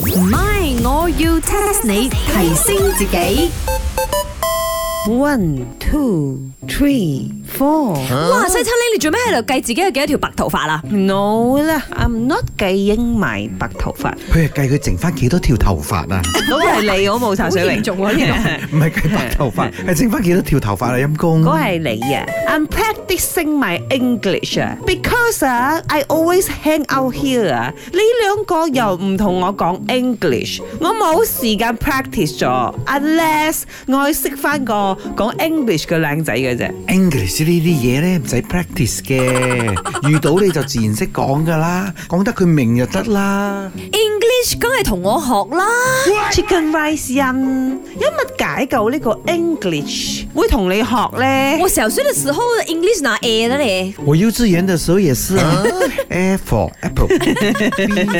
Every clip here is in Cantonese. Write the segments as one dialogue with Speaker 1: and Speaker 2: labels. Speaker 1: 唔係，我要 test 你提升自己。
Speaker 2: One, two, three, four.
Speaker 1: 哇，西餐呢，你做咩喺度計自己有幾多條白頭髮啊？
Speaker 2: No 啦，I'm not 計英埋白頭髮，
Speaker 3: 佢係計佢剩翻幾多條頭髮啊？
Speaker 2: 嗰個係你，我冇茶水
Speaker 1: 嚴
Speaker 2: 榮，
Speaker 1: 重喎 呢
Speaker 3: 唔係計白頭髮，係剩翻幾多條頭髮啊？陰公。
Speaker 2: 嗰係你啊。I'm practicing my English 啊，because 啊，I always hang out here 啊。你兩個又唔同我講 English，我冇時間 practice 咗，unless 我去識翻個講 English 嘅靚仔嘅啫。
Speaker 3: English 呢啲嘢咧唔使 practice 嘅，遇到你就自然識講噶啦，講得佢明就得啦。
Speaker 1: 個 English 梗係同我學啦。
Speaker 2: Chicken rice 音，因乜解救呢個 English 會同你學咧？
Speaker 1: 我小學嘅時候 English 拿 A 的咧，
Speaker 3: 我幼稚園的時候也是啊，A for apple，B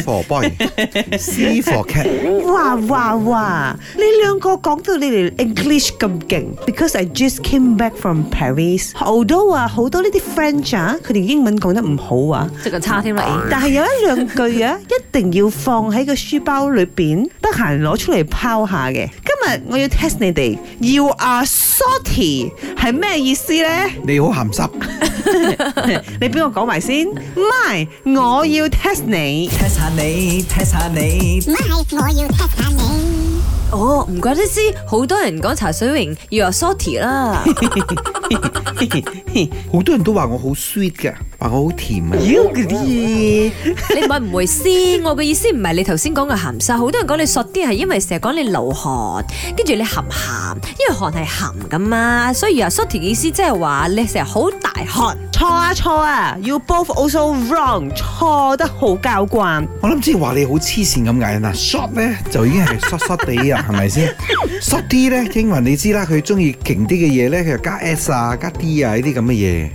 Speaker 3: for boy，C for cat。
Speaker 2: 哇哇哇！你兩個講到你哋 English 咁勁，because I just came back from Paris。好 à, 多啊，好多呢啲 French à? 啊，佢哋英文講得唔好啊，
Speaker 1: 最近差添啦。
Speaker 2: 但係有一兩句啊，一定要放喺個書包裏邊，得閒攞出嚟拋下嘅。今日我要 test 你哋，You are salty 係咩意思呢？
Speaker 3: 你好鹹濕，
Speaker 2: 你俾我講埋先，唔係，我要 test 你。
Speaker 4: 踢下你，踢下你，
Speaker 5: 咪，我要 test 下你。
Speaker 1: 哦，唔怪得知好多人講茶水榮要 salty 啦。
Speaker 3: 好多人都話我好 sweet 嘅，話我好甜啊。
Speaker 2: 妖嗰啲嘢，
Speaker 1: 你咪唔會先，我嘅意思唔係你頭先講嘅鹹濕，好多人講你索啲係因為成日講你流汗，跟住你鹹鹹，因為汗係鹹噶嘛，所以啊 salty 嘅意思即係話你成日好大汗。
Speaker 2: 錯啊錯啊，You both also wrong，錯得好交關。
Speaker 3: 我諗即係話你好黐線咁解嗱，short 咧就已經係 short short 地啊，係咪先？short 啲咧，英文你知啦，佢中意勁啲嘅嘢咧，佢就加 s 啊、加 d 啊呢啲咁嘅嘢。